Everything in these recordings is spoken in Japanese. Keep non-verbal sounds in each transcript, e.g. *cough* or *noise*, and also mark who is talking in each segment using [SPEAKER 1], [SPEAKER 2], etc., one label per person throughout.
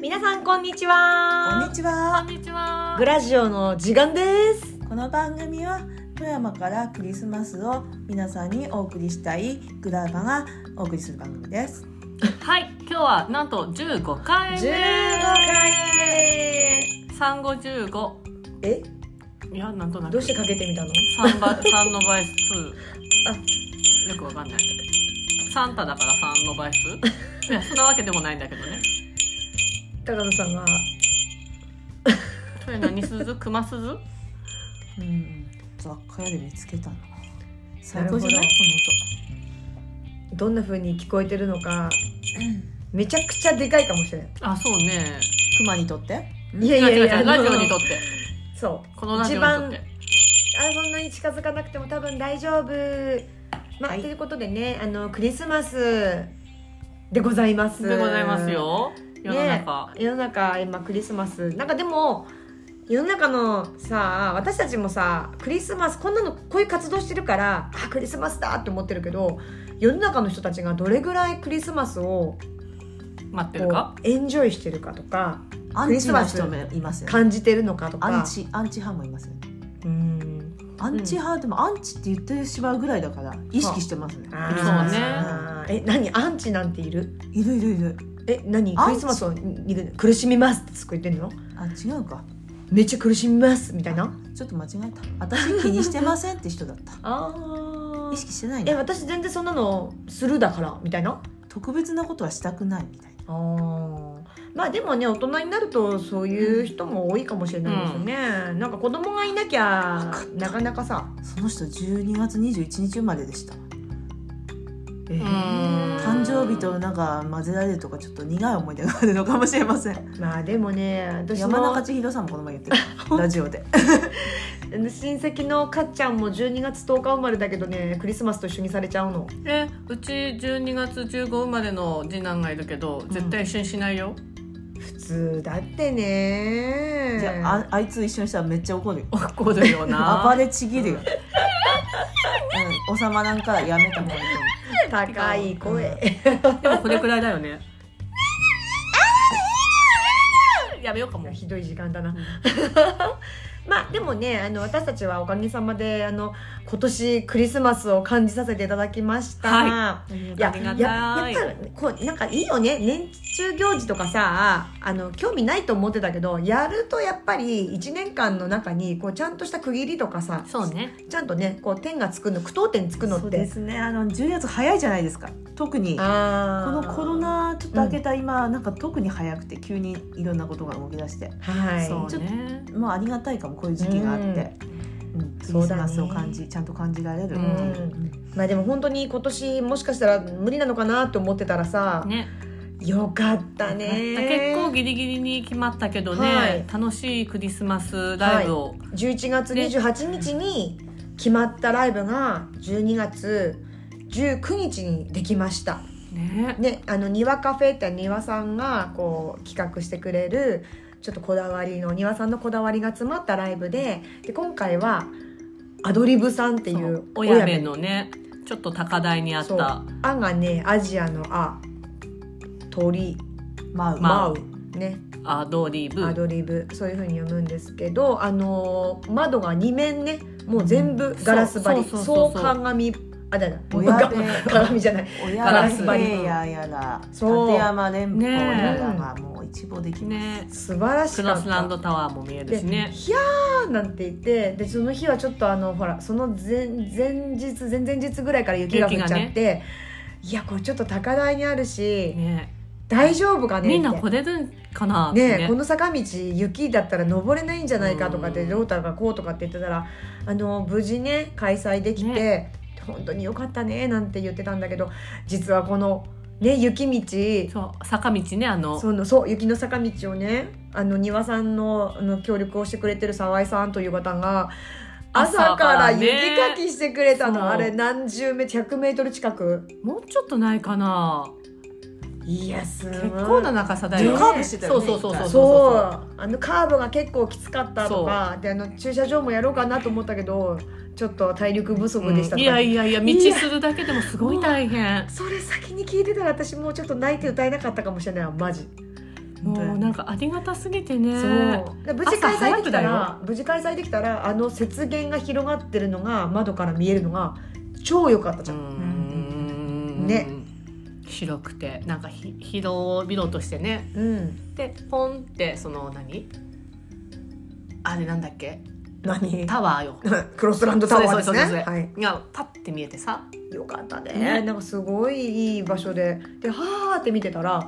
[SPEAKER 1] 皆さんこんにち
[SPEAKER 2] こん
[SPEAKER 1] は
[SPEAKER 2] にち
[SPEAKER 3] こ
[SPEAKER 2] は
[SPEAKER 3] ん。にちは。
[SPEAKER 1] グラジオの時間です
[SPEAKER 2] この番組は富山からクリスマスを皆さんにお送りしたいグラバがお送りする番組です。
[SPEAKER 3] はい、今日はなんと15回
[SPEAKER 1] 15
[SPEAKER 3] 目。
[SPEAKER 1] 回
[SPEAKER 3] 三五十五。
[SPEAKER 1] 目え
[SPEAKER 3] いや、なんとな
[SPEAKER 1] ど
[SPEAKER 3] く
[SPEAKER 1] う。してかけてみたの
[SPEAKER 3] 三ば、 *laughs* 三の倍数。よくわかんない。サンタだから三の倍数。 *laughs* いや、そんなわけでもないんだけどね。
[SPEAKER 1] 高野さんが
[SPEAKER 3] それ何鈴熊鈴
[SPEAKER 2] うん。雑貨屋で見つけたの。
[SPEAKER 1] な
[SPEAKER 2] 最
[SPEAKER 1] るほ
[SPEAKER 2] 高
[SPEAKER 1] ど
[SPEAKER 2] じゃないこ
[SPEAKER 1] どんな風に聞こえてるのかめちゃくちゃでかいかもしれない
[SPEAKER 3] *laughs* あ、そうね。
[SPEAKER 2] の音。熊にとって。
[SPEAKER 1] いやいやいや
[SPEAKER 3] 違う違う *laughs* ラジオ
[SPEAKER 1] あの
[SPEAKER 3] にとって。
[SPEAKER 1] そう
[SPEAKER 3] このラジオにとって。
[SPEAKER 1] あそんなに近づかなくても多分大丈夫まあ、
[SPEAKER 2] はい
[SPEAKER 1] ということでねあのクリスマスでございます
[SPEAKER 3] でございますよ。世の中。
[SPEAKER 1] 世の中今クリスマスなんかでも世の中のさ私たちもさクリスマスこんなのこういう活動してるからあクリスマスだって思ってるけど世の中の人たちがどれぐらいクリスマスを
[SPEAKER 3] 待ってる
[SPEAKER 1] こ
[SPEAKER 3] か
[SPEAKER 1] うエンジョイしてるかとか
[SPEAKER 2] アンチな人もいますよね。
[SPEAKER 1] 感じてるのかと
[SPEAKER 2] アン
[SPEAKER 1] か
[SPEAKER 2] チアンチ派もいますよね。
[SPEAKER 1] うん
[SPEAKER 2] アンチ派でもアンチって言ってしまうぐらいだから意識してますね。
[SPEAKER 1] あ
[SPEAKER 2] ー
[SPEAKER 1] ーえ何アンチなんている
[SPEAKER 2] いるいるいる。
[SPEAKER 1] え何ク
[SPEAKER 2] アンチ
[SPEAKER 1] リスマスをにに苦しみますって作ってんの
[SPEAKER 2] あ違うか。
[SPEAKER 1] めっちゃ苦しみますみたいな
[SPEAKER 2] ちょっと間違えた。私気にしてませんって人だった。
[SPEAKER 1] あ
[SPEAKER 2] 意識してない
[SPEAKER 1] え
[SPEAKER 2] ね。
[SPEAKER 1] 私全然そんなのするだからみたいな
[SPEAKER 2] 特別なことはしたくないみたい
[SPEAKER 1] あ
[SPEAKER 2] な。
[SPEAKER 1] ーまあでもね大人になるとそういう人も多いかもしれないですよね、なんか子供がいなきゃなかなかさ
[SPEAKER 2] その人12月21日生まれでした。
[SPEAKER 1] えー
[SPEAKER 3] うん
[SPEAKER 2] 誕生日となんか混ぜられるとかちょっと苦い思い出があるのかもしれません。
[SPEAKER 1] まあでもね私
[SPEAKER 2] 山中
[SPEAKER 1] の
[SPEAKER 2] 千尋さんもこの前言ってたラジオで。
[SPEAKER 1] 親戚のかっちゃんも12月10日生まれだけどねクリスマスと一緒にされちゃうの
[SPEAKER 3] えうち12月15生まれの次男がいるけど絶対一緒にしないよ、 *laughs*
[SPEAKER 1] 普通だってね
[SPEAKER 2] じゃあああいつ一緒にしたらめっちゃ怒るよ。
[SPEAKER 3] 怒るよな
[SPEAKER 2] 暴れちぎるよ。うん、王様なんからやめた方がいいと思う。
[SPEAKER 1] 高い声、
[SPEAKER 3] でもこれくらいだよね *laughs* やめようかも
[SPEAKER 1] ひどい時間だな *laughs* まあでもねあの私たちはおかげさまであの今年クリスマスを感じさせていただきました、
[SPEAKER 3] はいい
[SPEAKER 1] や
[SPEAKER 3] や
[SPEAKER 1] ややっぱりこうなんかいいよね年中行事とかさあの興味ないと思ってたけどやるとやっぱり1年間の中にこうちゃんとした区切りとかさ
[SPEAKER 3] そうね
[SPEAKER 1] ちゃんとねこう点がつくの句読点つくの
[SPEAKER 2] そう
[SPEAKER 1] っ
[SPEAKER 2] で
[SPEAKER 1] て
[SPEAKER 2] すねあの12月早いじゃないですか特にこ
[SPEAKER 1] あー
[SPEAKER 2] のコロナちょっと明けた今、なんか特に早くて急にいろんなことが動き出して
[SPEAKER 1] はい
[SPEAKER 3] そう
[SPEAKER 2] ちょっ
[SPEAKER 3] ね
[SPEAKER 2] まあありがたいかもこういう時期があって、うんク
[SPEAKER 1] そ
[SPEAKER 2] リ
[SPEAKER 1] う
[SPEAKER 2] ス
[SPEAKER 1] だね
[SPEAKER 2] マスを感じちゃんと感じられる、
[SPEAKER 3] うん
[SPEAKER 1] まあでも本当に今年もしかしたら無理なのかなと思ってたらさ、
[SPEAKER 3] ね
[SPEAKER 1] よかったね
[SPEAKER 3] 結構ギリギリに決まったけどね、
[SPEAKER 1] はい
[SPEAKER 3] 楽しいクリスマスライブを、
[SPEAKER 1] 11月28日に決まったライブが12月19日にできました。
[SPEAKER 3] ね
[SPEAKER 1] ね、あの庭カフェって庭さんがこう企画してくれるちょっとこだわりの庭さんのこだわりが詰まったライブでで今回はアドリブさんってい
[SPEAKER 3] そう
[SPEAKER 1] う
[SPEAKER 3] 親部のねちょっと高台にあっ
[SPEAKER 1] そう
[SPEAKER 3] た
[SPEAKER 1] 「あ」がねアジアの「あ」「鳥」
[SPEAKER 2] まあ、
[SPEAKER 1] 「
[SPEAKER 3] ま
[SPEAKER 1] 舞う」ね
[SPEAKER 3] アドリブ
[SPEAKER 1] アドリブそういう風に読むんですけど、あのー窓が2面ねもう全部ガラス張り
[SPEAKER 3] そうそうそうそう
[SPEAKER 1] 相関紙あだだ
[SPEAKER 2] 親
[SPEAKER 1] が
[SPEAKER 2] で
[SPEAKER 1] 鏡じゃない
[SPEAKER 2] 親
[SPEAKER 3] ガラ
[SPEAKER 2] ガ
[SPEAKER 3] ス
[SPEAKER 2] プ
[SPEAKER 3] 張り
[SPEAKER 2] レイヤーやら立
[SPEAKER 1] そう
[SPEAKER 2] 山連峰
[SPEAKER 3] ねえ
[SPEAKER 2] やらがもう一望できます、
[SPEAKER 3] ね
[SPEAKER 1] 素晴らし
[SPEAKER 3] ク
[SPEAKER 1] か
[SPEAKER 3] ロ
[SPEAKER 1] った
[SPEAKER 3] スランドタワーも見える
[SPEAKER 1] で
[SPEAKER 3] しね
[SPEAKER 1] ひゃーなんて言ってでその日はちょっとあのほらその前前日前々日ぐらいから雪が降っちゃっ
[SPEAKER 3] 雪が
[SPEAKER 1] て、いやこれちょっと高台にあるし、
[SPEAKER 3] ね
[SPEAKER 1] 大丈夫かね
[SPEAKER 3] みんな
[SPEAKER 1] って
[SPEAKER 3] 来れるんかなって
[SPEAKER 1] ねえこの坂道雪だったら登れないんじゃないかとかって
[SPEAKER 3] うん
[SPEAKER 1] ロータがこうとかって言ってたらあの無事ね開催できて、
[SPEAKER 3] ね
[SPEAKER 1] 本当によかったねなんて言ってたんだけど実はこの、ね、雪道
[SPEAKER 3] そう坂道ねあの
[SPEAKER 1] そのそう雪の坂道をねあの庭さんのあの協力をしてくれてる沢井さんという方が朝
[SPEAKER 3] 朝
[SPEAKER 1] か
[SPEAKER 3] からら
[SPEAKER 1] 雪
[SPEAKER 3] ね
[SPEAKER 1] かきしてくれたの、
[SPEAKER 3] そう
[SPEAKER 1] あれ何十メートル100メートル近く
[SPEAKER 3] もうちょっとないかない
[SPEAKER 1] やすごい
[SPEAKER 3] 結構な長さだよ
[SPEAKER 1] ね
[SPEAKER 2] カーブしてたよね
[SPEAKER 3] そうそうそうそう
[SPEAKER 1] そうあのカーブが結構きつかったとかであの駐車場もやろうかなと思ったけどちょっと体力不足でした
[SPEAKER 3] うん
[SPEAKER 1] と
[SPEAKER 3] い
[SPEAKER 1] か、
[SPEAKER 3] やいやいや
[SPEAKER 1] いや
[SPEAKER 3] 道するだけでもすごい大変
[SPEAKER 1] それ先に聞いてたら私もうちょっと泣いて歌えなかったかもしれないわマジ
[SPEAKER 2] 本当や
[SPEAKER 3] もうなんかありがたすぎてね
[SPEAKER 1] そうで無事開催できた
[SPEAKER 3] 朝早
[SPEAKER 1] ら無事開催できたらあの雪原が広がってるのが窓から見えるのが超良かったじゃん、
[SPEAKER 3] ん
[SPEAKER 1] ね
[SPEAKER 3] 白くてなんかひ広々としてね
[SPEAKER 1] うん、
[SPEAKER 3] でポンってその何あれなんだっけ
[SPEAKER 1] 何 *laughs*
[SPEAKER 3] タワーよ
[SPEAKER 1] クロスランドタワーです
[SPEAKER 3] そうですそうで
[SPEAKER 1] ね
[SPEAKER 3] す
[SPEAKER 1] はい
[SPEAKER 3] がパッて見えてさ
[SPEAKER 1] よかったね
[SPEAKER 3] ね
[SPEAKER 1] なんかすごいいい場所でではーって見てたら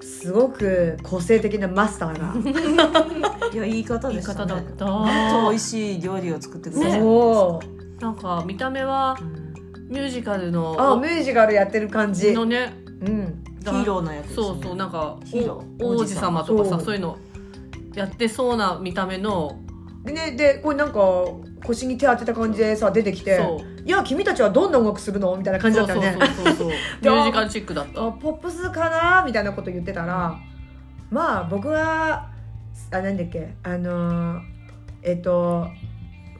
[SPEAKER 1] すごく個性的なマスター
[SPEAKER 3] *laughs*
[SPEAKER 1] が
[SPEAKER 2] いやいい方
[SPEAKER 3] 言
[SPEAKER 2] で
[SPEAKER 3] い
[SPEAKER 2] した
[SPEAKER 3] 方だっ
[SPEAKER 2] ね
[SPEAKER 3] た
[SPEAKER 2] もっと美味しい料理を作ってください、
[SPEAKER 1] そう
[SPEAKER 3] なんか見た目はミュージカルの
[SPEAKER 1] あミュージカルやってる感じ、
[SPEAKER 3] のね
[SPEAKER 1] うん、
[SPEAKER 2] ヒーローの役です、ね、
[SPEAKER 3] そうそうなんか
[SPEAKER 2] ヒーロー
[SPEAKER 3] お王
[SPEAKER 2] 王
[SPEAKER 3] 子
[SPEAKER 2] 子
[SPEAKER 3] 様
[SPEAKER 2] 様
[SPEAKER 3] とかさ
[SPEAKER 1] そう
[SPEAKER 3] そういうのやってそうな見た目の
[SPEAKER 1] でねでこれなんか腰に手当てた感じでさ出てきて
[SPEAKER 3] そう
[SPEAKER 1] 「いや君たちはどんな音楽するの?」みたいな感じだったよね
[SPEAKER 3] そうそうそうそう *laughs* ミュージカルチックだった
[SPEAKER 1] あポップスかなみたいなこと言ってたらまあ僕はあなんだっけあのーえっと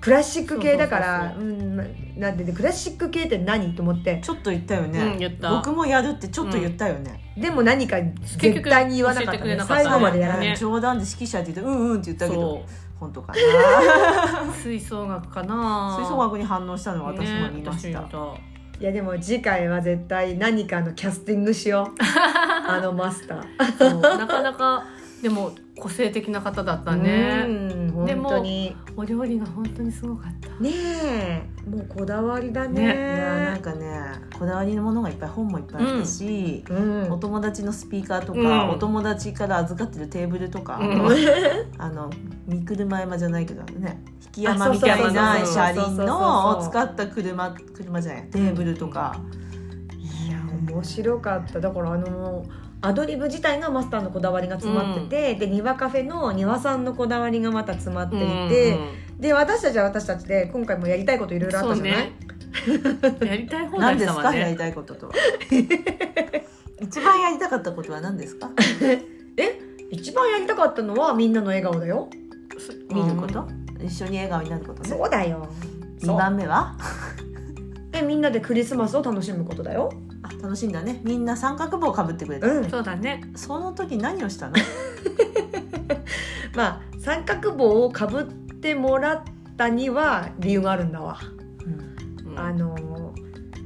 [SPEAKER 1] クラシック系だからうんななんででクラシック系って何と思って
[SPEAKER 2] ちょっと言ったよね、
[SPEAKER 3] うん言った
[SPEAKER 2] 僕もやるってちょっと言ったよね、
[SPEAKER 1] でも何か絶対に言わなかった,、ね
[SPEAKER 3] 結局教えてくれなかったね
[SPEAKER 1] 最後までやらない、
[SPEAKER 3] ね
[SPEAKER 2] 冗談で指揮者って言ってうんうんって言ったけど
[SPEAKER 3] そ
[SPEAKER 2] 本当かな
[SPEAKER 3] う吹奏楽かな
[SPEAKER 2] 吹奏楽に反応したのは私も見まし
[SPEAKER 3] ね
[SPEAKER 2] た、
[SPEAKER 3] 私も見
[SPEAKER 1] いやでも次回は絶対何かのキャスティングし
[SPEAKER 3] *laughs*
[SPEAKER 1] ようあのマスター
[SPEAKER 3] たそうなかなかでも個性的な方だったね
[SPEAKER 1] うん
[SPEAKER 3] で
[SPEAKER 1] 本
[SPEAKER 3] も
[SPEAKER 1] 当に
[SPEAKER 3] お料理が本当にすごかった
[SPEAKER 1] ねえもうこだわりだね
[SPEAKER 3] ね
[SPEAKER 2] いやーなんかねこだわりのものがいっぱい本もいっぱいあったし、
[SPEAKER 1] うん
[SPEAKER 2] お友達のスピーカーとか、
[SPEAKER 3] うん
[SPEAKER 2] お友達から預かってるテーブルとか、
[SPEAKER 3] うん
[SPEAKER 2] *laughs* あの三車山じゃないけどね引き
[SPEAKER 1] あ
[SPEAKER 2] 山
[SPEAKER 1] そう
[SPEAKER 2] み
[SPEAKER 1] そう
[SPEAKER 3] そう
[SPEAKER 2] たいな車輪の
[SPEAKER 1] そうそうそうそう
[SPEAKER 2] を使った車車じゃないテーブルとか、
[SPEAKER 1] いや面白かっただからあのアドリブ自体がマスターのこだわりが詰まってて、で庭カフェの庭さんのこだわりがまた詰まっていて、で私たちは私たちで今回もやりたいこといろいろあっ
[SPEAKER 3] そ
[SPEAKER 1] たじ
[SPEAKER 3] う
[SPEAKER 1] ゃない、
[SPEAKER 3] ね *laughs* やりたい放
[SPEAKER 2] 何で
[SPEAKER 3] 題し
[SPEAKER 2] す
[SPEAKER 3] た
[SPEAKER 2] か、
[SPEAKER 3] わ
[SPEAKER 2] やり
[SPEAKER 3] ね
[SPEAKER 2] たいこととは *laughs* 一番やりたかったことは何ですか
[SPEAKER 1] 一番やりたかったのはみんなの笑顔だよ、
[SPEAKER 2] 見ること、一緒に笑顔になることね
[SPEAKER 1] そうだよ
[SPEAKER 2] 2番目は
[SPEAKER 1] でみんなでクリスマスを楽しむことだよ
[SPEAKER 2] あ楽しんだねみんな三角帽をかぶってくれた、
[SPEAKER 1] うん
[SPEAKER 3] そうだね
[SPEAKER 2] その時何をしたの
[SPEAKER 1] まあ三角棒をかぶってもらったには理由があるんだわ
[SPEAKER 3] うん
[SPEAKER 1] あの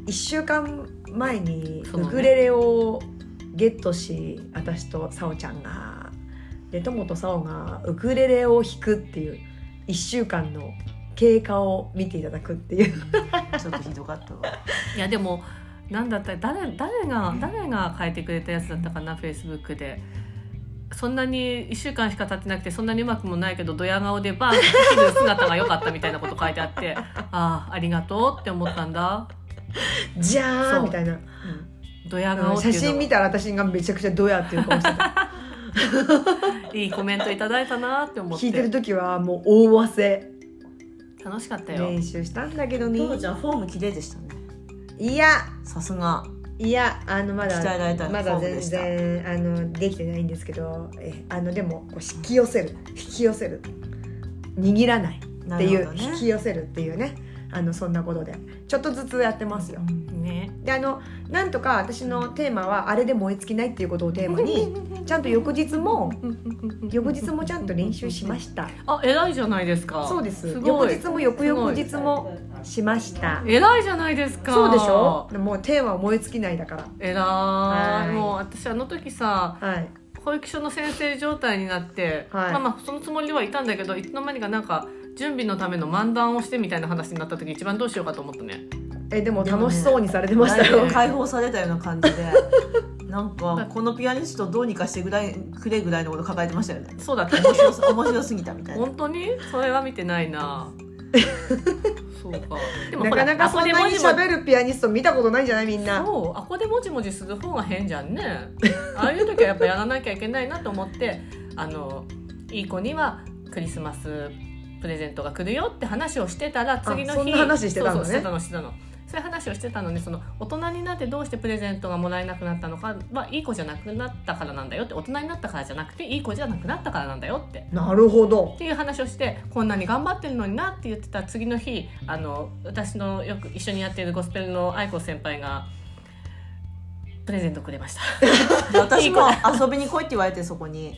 [SPEAKER 1] 1週間前に
[SPEAKER 3] そう
[SPEAKER 1] ウ
[SPEAKER 3] ね
[SPEAKER 1] クレレをゲットし、私とさおちゃんがでともとさおがウクレレを弾くっていう1週間の経過を見ていただくっていう
[SPEAKER 3] *laughs*
[SPEAKER 2] ちょっとひどかったわ。
[SPEAKER 3] いやでもなんだった誰誰が誰が変えてくれたやつだったかなフェイスブックでそんなに1週間しか経ってなくてそんなにうまくもないけどドヤ顔でバーンって走る姿が良かったみたいなこと書いてあってああありがとうって思ったんだ
[SPEAKER 1] じゃ
[SPEAKER 3] そ
[SPEAKER 1] ー
[SPEAKER 3] うん
[SPEAKER 1] みたいな、 *laughs*
[SPEAKER 3] ドヤ顔っ
[SPEAKER 1] 写
[SPEAKER 3] ていう
[SPEAKER 1] 真
[SPEAKER 3] の
[SPEAKER 1] 見たら私がめちゃくちゃドヤっていう顔してた
[SPEAKER 3] いいコメントいただいたなって思っ
[SPEAKER 1] 弾いてる
[SPEAKER 3] て
[SPEAKER 1] 時はもう大汗
[SPEAKER 3] 楽しかったよ、
[SPEAKER 1] 練習したんだけどね
[SPEAKER 2] 父ちゃんフォーム綺麗でしたね。
[SPEAKER 1] いや
[SPEAKER 2] さすが。
[SPEAKER 1] いやあのまだ
[SPEAKER 2] 鍛えられた
[SPEAKER 1] ま
[SPEAKER 2] フ
[SPEAKER 1] だ
[SPEAKER 2] ォーム
[SPEAKER 1] 全
[SPEAKER 2] でした
[SPEAKER 1] 然あのできてないんですけどえあのでもこう引き寄せる引き寄せる握らないっ
[SPEAKER 2] な
[SPEAKER 1] て
[SPEAKER 2] る
[SPEAKER 1] い
[SPEAKER 2] ほ
[SPEAKER 1] う、
[SPEAKER 2] ど
[SPEAKER 1] 引
[SPEAKER 2] ね。
[SPEAKER 1] き寄せるっていうねあのそんなことでちょっとずつやってますよ
[SPEAKER 3] ね
[SPEAKER 1] であのなんとか私のテーマはあれで燃え尽きないっていうことをテーマにちゃんと翌日も翌日もちゃんと練習しました
[SPEAKER 3] あ偉いじゃないですか
[SPEAKER 1] そうです
[SPEAKER 3] ご
[SPEAKER 1] 翌
[SPEAKER 3] い
[SPEAKER 1] 日も翌々日もしました
[SPEAKER 3] 偉いじゃないですか
[SPEAKER 1] そうでしょもうテーマは燃え尽きないだか
[SPEAKER 3] 偉
[SPEAKER 1] はい
[SPEAKER 3] いもう私あの時さ
[SPEAKER 1] らはい
[SPEAKER 3] 保育所の先生状態になって、
[SPEAKER 1] はい
[SPEAKER 3] まあまあそのつもりではいたんだけどいつの間にかなんか準備のための漫談をしてみたいな話になった時一番どうしようかと思ったね
[SPEAKER 1] えでも楽しそうにされてました
[SPEAKER 2] だい
[SPEAKER 1] よ
[SPEAKER 2] ぶ解放されたような感じで。なんかこのピアニストどうにかしてぐらいくれぐらいのこと抱えてましたよ
[SPEAKER 3] *laughs*
[SPEAKER 2] ね。
[SPEAKER 3] そう
[SPEAKER 1] *laughs*
[SPEAKER 3] だった
[SPEAKER 2] 面白す面白すぎたみたいな。
[SPEAKER 3] 本当にそれは見てないなそうかで
[SPEAKER 1] なかなかそんなに
[SPEAKER 3] る
[SPEAKER 1] 喋るピアニスト見たことないんじゃないみんな
[SPEAKER 3] そうあこでもじもじする方が変じゃんね *laughs* ああいう時はやっぱやらなきゃいけないなと思ってあのいい子にはクリスマスプレゼントが来るよって話をしてたら次の日
[SPEAKER 1] そんな話してたのね
[SPEAKER 3] そうそうしてたのしてたのそういう話をしてたのにその大人になってどうしてプレゼントがもらえなくなったのかはいい子じゃなくなったからなんだよって大人になったからじゃなくていい子じゃなくなったからなんだよって
[SPEAKER 1] なるほど
[SPEAKER 3] っていう話をしてこんなに頑張ってるのになって言ってた次の日あの私のよく一緒にやっているゴスペルの愛子先輩がプレゼントくれ
[SPEAKER 1] *laughs*
[SPEAKER 3] ました
[SPEAKER 2] で私も遊びに来いって言われてそこに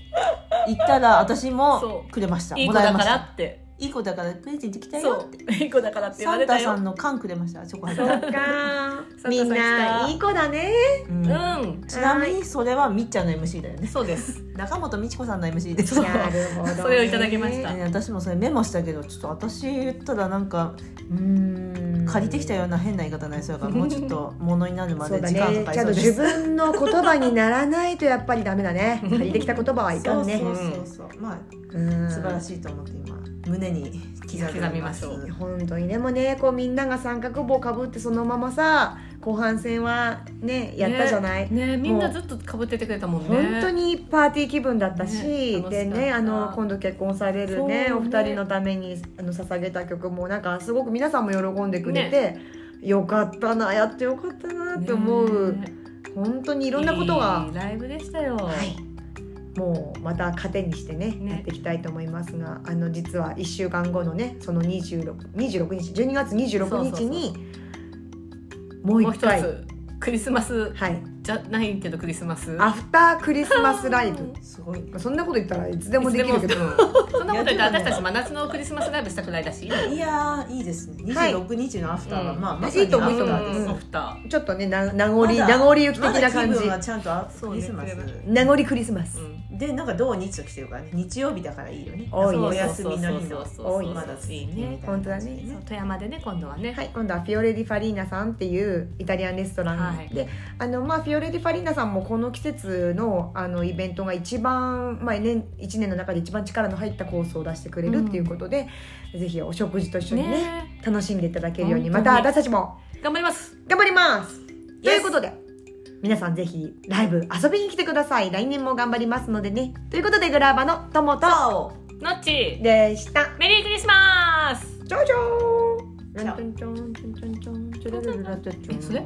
[SPEAKER 2] 行ったら私
[SPEAKER 3] そ
[SPEAKER 2] も
[SPEAKER 3] う
[SPEAKER 2] くれました
[SPEAKER 3] いい
[SPEAKER 2] も
[SPEAKER 3] 子
[SPEAKER 2] らい
[SPEAKER 3] だ
[SPEAKER 2] ま
[SPEAKER 3] か
[SPEAKER 2] し
[SPEAKER 3] ら
[SPEAKER 2] た
[SPEAKER 3] って
[SPEAKER 2] いい子だからプレゼント来た
[SPEAKER 3] そ
[SPEAKER 2] よ
[SPEAKER 3] ういい子だからって言わ
[SPEAKER 2] サ
[SPEAKER 3] れ
[SPEAKER 2] ン
[SPEAKER 3] た
[SPEAKER 2] タ
[SPEAKER 3] よ
[SPEAKER 2] さんの缶くれましたチョコレ
[SPEAKER 1] そっ
[SPEAKER 2] ート、
[SPEAKER 1] か
[SPEAKER 3] さ
[SPEAKER 1] *laughs*
[SPEAKER 3] ん
[SPEAKER 1] みん
[SPEAKER 3] 行
[SPEAKER 1] な
[SPEAKER 3] きたい
[SPEAKER 1] いい子だね
[SPEAKER 2] うん
[SPEAKER 3] うん
[SPEAKER 2] ちなみにそれはみっちゃんの MC だよね
[SPEAKER 3] そうです
[SPEAKER 2] 中本美智子さんの MC です
[SPEAKER 3] そう
[SPEAKER 1] なるほど、ね、
[SPEAKER 3] それをいただきました
[SPEAKER 2] ね私もそれメモしたけどちょっと私言ったらなんか
[SPEAKER 1] うーん
[SPEAKER 2] 借りてきたような変な言い方になりそうだからもうちょっとものになるま
[SPEAKER 1] そ
[SPEAKER 2] で
[SPEAKER 1] うだ
[SPEAKER 2] 時間
[SPEAKER 1] ね
[SPEAKER 2] かかり
[SPEAKER 1] ちゃんと
[SPEAKER 2] そうで
[SPEAKER 1] 自
[SPEAKER 2] す、
[SPEAKER 1] 分の言葉にならないとやっぱりダメだね借りてきた言葉はいかんね
[SPEAKER 2] そうそうそうそうまあ
[SPEAKER 1] うん
[SPEAKER 2] 素晴らしいと思って今胸に刻
[SPEAKER 3] 刻
[SPEAKER 2] み
[SPEAKER 3] み
[SPEAKER 2] ま
[SPEAKER 3] ますしょう
[SPEAKER 1] 本当にでもねこうみんなが三角棒かぶってそのままさ後半戦はねやったじゃない、
[SPEAKER 3] ねみんなずっとかぶっててくれたもんね
[SPEAKER 1] 本当にパーティー気分だったし、
[SPEAKER 3] ね楽しかった
[SPEAKER 1] でねあの今度結婚されるね
[SPEAKER 3] そう
[SPEAKER 1] お
[SPEAKER 3] ね
[SPEAKER 1] 二人のためにあの捧げた曲もなんかすごく皆さんも喜んでくれて、よかったなやってよかったなって思う、
[SPEAKER 3] ね
[SPEAKER 1] 本当にいろんなことが
[SPEAKER 3] いいライブでしたよ、
[SPEAKER 1] はい、もうまた糧にしてね
[SPEAKER 3] ね
[SPEAKER 1] やっていきたいと思いますがあの実は1週間後のねその 26, 26日12月26日にもう
[SPEAKER 3] もう
[SPEAKER 1] 一
[SPEAKER 3] 一
[SPEAKER 1] 回
[SPEAKER 3] つクリスマス
[SPEAKER 1] はい、
[SPEAKER 3] じゃないけどクリスマス
[SPEAKER 1] アフタークリスマスラ
[SPEAKER 3] *laughs*
[SPEAKER 1] イブ
[SPEAKER 2] すごいね
[SPEAKER 1] そんなこと言ったらいつでもできるけど
[SPEAKER 3] うんそんなこと言ったら私たち真夏のクリスマスライブしたくないだし
[SPEAKER 2] いやーいいですね
[SPEAKER 1] はい
[SPEAKER 2] 26日のアフターは、
[SPEAKER 3] うん
[SPEAKER 2] まあまさに
[SPEAKER 1] いいと思
[SPEAKER 2] ア
[SPEAKER 1] う
[SPEAKER 2] フ
[SPEAKER 1] と
[SPEAKER 2] タ
[SPEAKER 1] 思う
[SPEAKER 2] ーです、
[SPEAKER 1] うん
[SPEAKER 3] ソフタ
[SPEAKER 1] ちょっとねな名残
[SPEAKER 2] まだ
[SPEAKER 1] 名残雪的
[SPEAKER 2] まだ
[SPEAKER 1] な
[SPEAKER 2] 気
[SPEAKER 1] 感じ
[SPEAKER 2] 分はちゃんとあクリスマス、
[SPEAKER 3] そうね
[SPEAKER 1] 名残クリスマス、
[SPEAKER 3] ー
[SPEAKER 2] でなんか土日と来てるからね日曜日だからいいよね
[SPEAKER 1] 多いね
[SPEAKER 2] お休みの日の
[SPEAKER 3] そうそうそうそう
[SPEAKER 1] 多いね
[SPEAKER 2] まだ続いてるみたいな
[SPEAKER 1] 本当だね
[SPEAKER 3] そう富山でね今度はね、
[SPEAKER 1] はい、今度はフィオレ・ディ・ファリーナさんっていうイタリアンレストランで、あのまあ、フィオレ・ディ・ファリーナさんもこの季節のあのイベントが一番、まあ、年1年の中で一番力の入ったコースを出してくれるっていうことで、ぜひお食事と一緒にね
[SPEAKER 3] ね
[SPEAKER 1] 楽しんでいただけるようにま
[SPEAKER 3] 本
[SPEAKER 1] た
[SPEAKER 3] 当に
[SPEAKER 1] 私たちも
[SPEAKER 3] 頑張ります
[SPEAKER 1] 頑張りますということ
[SPEAKER 2] で
[SPEAKER 1] で皆さんぜひライブ遊びに来てください来年も頑張りますのでねということでグラバのトモと
[SPEAKER 3] ノッチ
[SPEAKER 1] でした
[SPEAKER 3] メリークリスマス
[SPEAKER 1] じゃじゃーん
[SPEAKER 2] じゃあ
[SPEAKER 1] ちょんちょんちょんちょんちょんちょんちょんちょんちょんちょん
[SPEAKER 3] えそれ